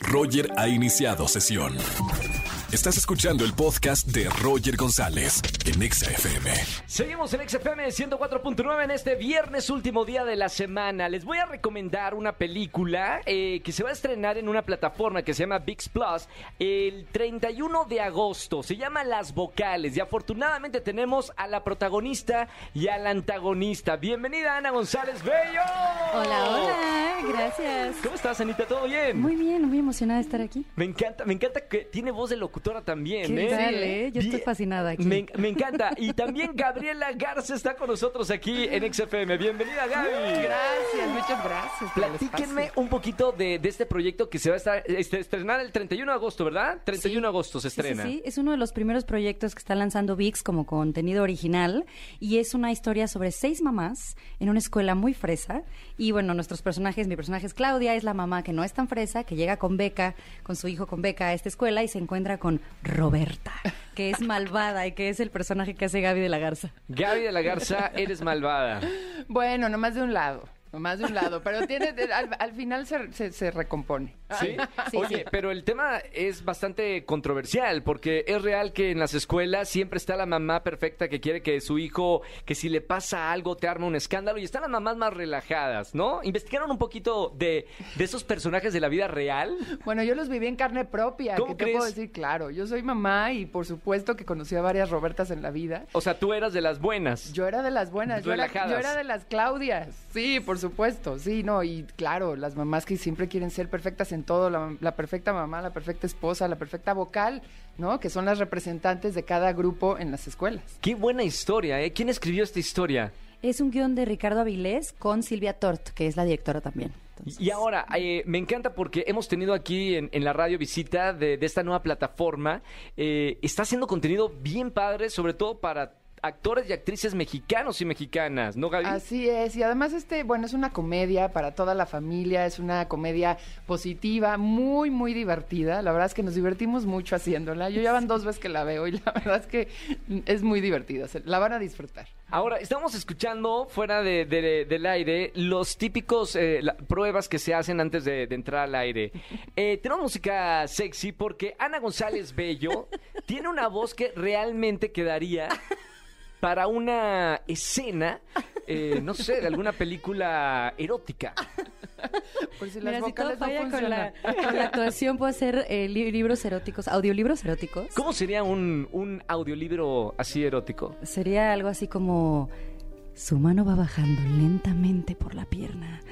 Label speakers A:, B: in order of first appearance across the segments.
A: Roger ha iniciado sesión. Estás escuchando el podcast de Roger González en Exa FM.
B: Seguimos en XFM 104.9 en este viernes último día de la semana. Les voy a recomendar una película eh, que se va a estrenar en una plataforma que se llama VIX Plus el 31 de agosto. Se llama Las Vocales y afortunadamente tenemos a la protagonista y al antagonista. Bienvenida Ana González Bello.
C: Hola, hola, gracias.
B: ¿Cómo estás Anita? ¿Todo bien?
C: Muy bien, muy emocionada de estar aquí.
B: Me encanta, me encanta que tiene voz de locutora también.
C: ¿Qué
B: ¿eh?
C: tal, eh? Yo estoy
B: Bien-
C: fascinada aquí.
B: Me, me encanta. Y también Gabriela Garza está con nosotros aquí en XFM. Bienvenida, Gaby.
D: Gracias, muchas gracias. por el
B: Platíquenme
D: espacio.
B: un poquito de, de este proyecto que se va a estar- este, estrenar el 31 de agosto, ¿verdad? 31 de agosto se
C: Sí, sí,
B: estrena.
C: sí, es uno de los primeros proyectos que está lanzando VIX como contenido original y es una historia sobre seis mamás en una escuela muy fresa y bueno, nuestros personajes, mi personaje es Claudia, es la mamá que no es tan fresa, que llega con beca, con su hijo con beca a esta escuela y se encuentra con Roberta, que es malvada y que es el personaje que hace Gaby de la Garza.
B: Gaby de la Garza, eres malvada.
D: Bueno, nomás de un lado, nomás de un lado, pero tiene, al, al final se, se- se recompone.
B: ¿Sí? Oye, pero el tema es bastante controversial porque es real que en las escuelas siempre está la mamá perfecta que quiere que su hijo, que si le pasa algo te arma un escándalo y están las mamás más relajadas, ¿no? ¿Investigaron un poquito de, de esos personajes de la vida real?
D: Bueno, yo los viví en carne propia,
B: ¿Cómo
D: que te puedo
B: crees?
D: decir, claro, yo soy mamá y por supuesto que conocí a varias Robertas en la vida.
B: O sea, tú eras de las buenas.
D: Yo era de las buenas, yo era,
B: Relajadas.
D: yo era de las Claudias, sí, por supuesto, sí, no, y claro, las mamás que siempre quieren ser perfectas en todo, la, la perfecta mamá, la perfecta esposa, la perfecta vocal, ¿no? Que son las representantes de cada grupo en las escuelas.
B: Qué buena historia, ¿eh? ¿Quién escribió esta historia?
C: Es un guión de Ricardo Avilés con Silvia Tort, que es la directora también. Entonces-
B: Y ahora, eh, me encanta porque hemos tenido aquí en, en la radio visita de, de esta nueva plataforma. Eh, está haciendo contenido bien padre, sobre todo para actores y actrices mexicanos y mexicanas, ¿no, Gaby?
D: Así es, y además este, bueno, es una comedia para toda la familia, es una comedia positiva, muy, muy divertida, la verdad es que nos divertimos mucho haciéndola, yo ya van dos veces que la veo y la verdad es que es muy divertida, se- la van a disfrutar.
B: Ahora, estamos escuchando fuera de- de- del aire los típicos eh, la- pruebas que se hacen antes de, de entrar al aire. Eh, tenemos música sexy porque Ana González Bello tiene una voz que realmente quedaría para una escena, eh, no sé, de alguna película erótica.
D: Por si las
C: Mira, si todo
D: vocales no
C: falla con la,
D: funcionan.
C: con la actuación, puedo hacer eh, li- libros eróticos, audiolibros eróticos.
B: ¿Cómo sería un, un audiolibro así erótico?
C: Sería algo así como: su mano va bajando lentamente por la pierna.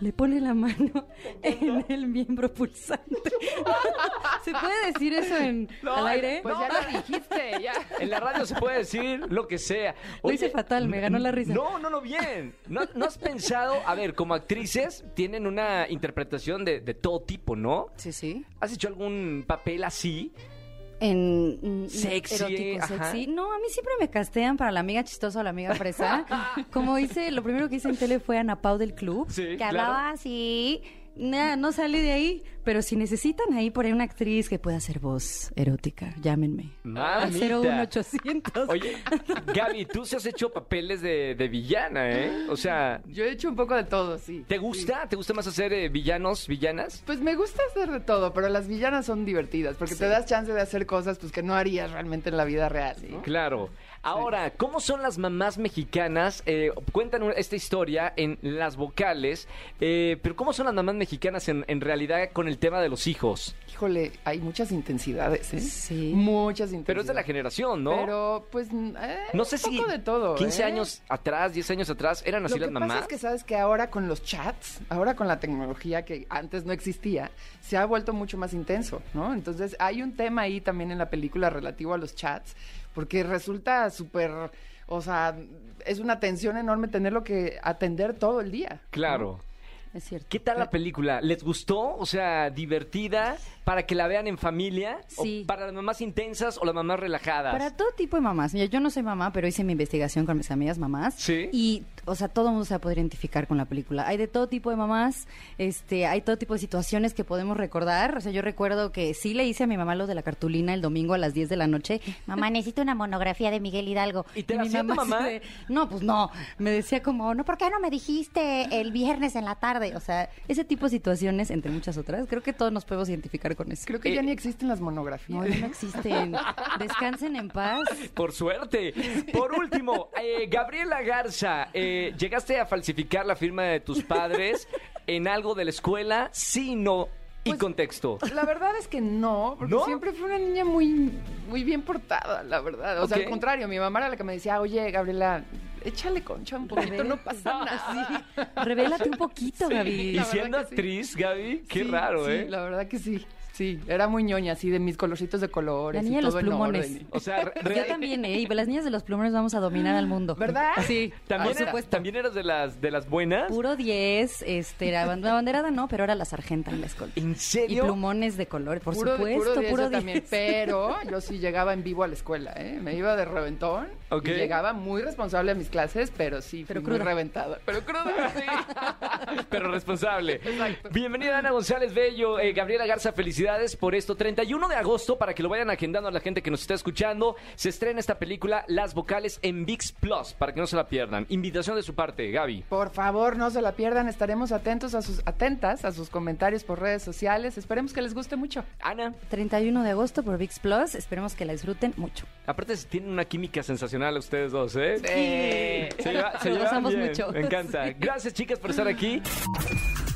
C: Le pone la mano en el miembro pulsante. ¿Se puede decir eso en, al aire?
D: Pues ya lo dijiste, ya.
B: En la radio se puede decir lo que sea.
C: Lo hice fatal, me ganó la risa.
B: No, no, no, bien. ¿No, no has pensado, a ver, como actrices tienen una interpretación de, de todo tipo, ¿no?
C: Sí, sí.
B: ¿Has hecho algún papel así?
C: en mm,
B: Sexy,
C: erótico,
B: ajá.
C: sexy. No, a mí siempre me castean para la amiga chistosa o la amiga fresa. Como hice, lo primero que hice en tele fue Ana Pau del club,
B: Sí,
C: que
B: claro.
C: hablaba así. Nah, no salí de ahí, pero si necesitan ahí por ahí una actriz que pueda hacer voz erótica, llámenme. Al
B: Mamita.
C: 01800.
B: Oye, Gaby, tú se has hecho papeles de, de villana, ¿eh? O sea,
D: Yo he hecho un poco de todo, sí.
B: ¿te gusta? ¿Te gusta más hacer eh, villanos, villanas?
D: Pues me gusta hacer de todo, pero las villanas son divertidas porque te das chance de hacer cosas pues que no harías realmente en la vida real. ¿no?
B: Claro. Ahora, ¿cómo son las mamás mexicanas? Eh, cuentan un- esta historia en las vocales, eh, pero ¿cómo son las mamás mexicanas en, en realidad con el tema de los hijos?
D: Híjole, hay muchas intensidades, ¿eh?
C: Sí.
D: Muchas intensidades.
B: Pero es de la generación, ¿no?
D: Pero pues eh,
B: no sé
D: un
B: si
D: poco de todo.
B: 15
D: ¿eh?
B: años atrás, 10 años atrás, eran así
D: Lo
B: las
D: que pasa
B: mamás.
D: es que sabes que ahora con los chats, ahora con la tecnología que antes no existía, se ha vuelto mucho más intenso, ¿no? Entonces hay un tema ahí también en la película relativo a los chats, porque resulta súper, o sea, es una tensión enorme tenerlo que atender todo el día. ¿no?
B: Claro.
C: Es cierto.
B: ¿Qué tal la película? ¿Les gustó? O sea, divertida para que la vean en familia,
C: Sí.
B: o para las mamás intensas o las mamás relajadas.
C: Para todo tipo de mamás. Mira, yo no soy mamá, pero hice mi investigación con mis amigas mamás.
B: Sí.
C: Y, o sea, todo el mundo se va a poder identificar con la película. Hay de todo tipo de mamás, este, hay todo tipo de situaciones que podemos recordar. O sea, yo recuerdo que sí le hice a mi mamá lo de la cartulina el domingo a las 10 de la noche. Mamá, necesito una monografía de Miguel Hidalgo.
B: ¿Y te la
C: mi
B: hacía tu
C: así
B: mamá?
C: de, no, pues no. Me decía como, no, ¿por qué no me dijiste el viernes en la tarde? tarde. O sea, ese tipo de situaciones, entre muchas otras, creo que todos nos podemos identificar con eso.
D: Creo que
B: Eh,
D: ya ni existen las monografías.
C: No, ya no existen. Descansen en paz.
B: Por suerte. Por último, eh, Gabriela Garza, eh, ¿llegaste a falsificar la firma de tus padres en algo de la escuela? Sí, no. Y
D: Pues-
B: contexto.
D: La verdad es que no, porque
B: ¿No?
D: siempre fui una niña muy, muy bien portada, la verdad. O sea,
B: Ok.
D: al contrario, mi mamá era la que me decía, oye, Gabriela, échale concha un poquito, no pasa nada.
C: Revélate un poquito, Gaby.
B: Y
D: la
B: siendo
D: verdad que sí.
B: actriz, Gaby, qué
D: Sí,
B: raro,
D: sí,
B: ¿eh?
D: la verdad que sí. Sí, era muy ñoña, así de mis colorcitos de colores.
C: La niña
D: y
C: de los
D: todo en
C: plumones.
D: orden.
B: O sea, re-
C: Yo
B: real-
C: también, ¿eh? Y las niñas de los plumones vamos a dominar al mundo.
D: ¿Verdad?
C: Sí,
B: ¿también,
C: por
B: era-
C: supuesto.
B: ¿también eras de las, de las buenas?
C: Puro 10, este, la ban- la banderada no, pero era la sargenta en la escuela.
B: ¿En
C: Y
B: serio?
C: plumones de color, por
D: Puro-
C: supuesto,
D: puro 10 yo
C: puro
D: también,
C: 10.
D: pero yo sí llegaba en vivo a la escuela, ¿eh? Me iba de reventón. y
B: Ok.
D: llegaba muy responsable a mis clases, pero sí,
C: Pero
D: fui
C: cruda.
D: muy reventada. Pero cruda, sí.
B: pero responsable.
D: Exacto.
B: Bienvenida Ana González Bello, eh, Gabriela Garza, felicidades por esto. 31 de agosto, para que lo vayan agendando a la gente que nos está escuchando, se estrena esta película Las Vocales en VIX Plus, para que no se la pierdan. Invitación de su parte, Gaby.
D: Por favor, no se la pierdan. Estaremos atentos a sus, atentas a sus comentarios por redes sociales. Esperemos que les guste mucho.
B: Ana,
C: 31 de agosto por VIX Plus. Esperemos que la disfruten mucho.
B: aparte se tienen una química sensacional ustedes dos, ¿eh?
D: Sí.
B: Se, lleva- se
C: Nos
B: llevan
C: gozamos
B: bien,
C: mucho.
B: Me encanta.
C: Sí.
B: Gracias, chicas, por estar aquí.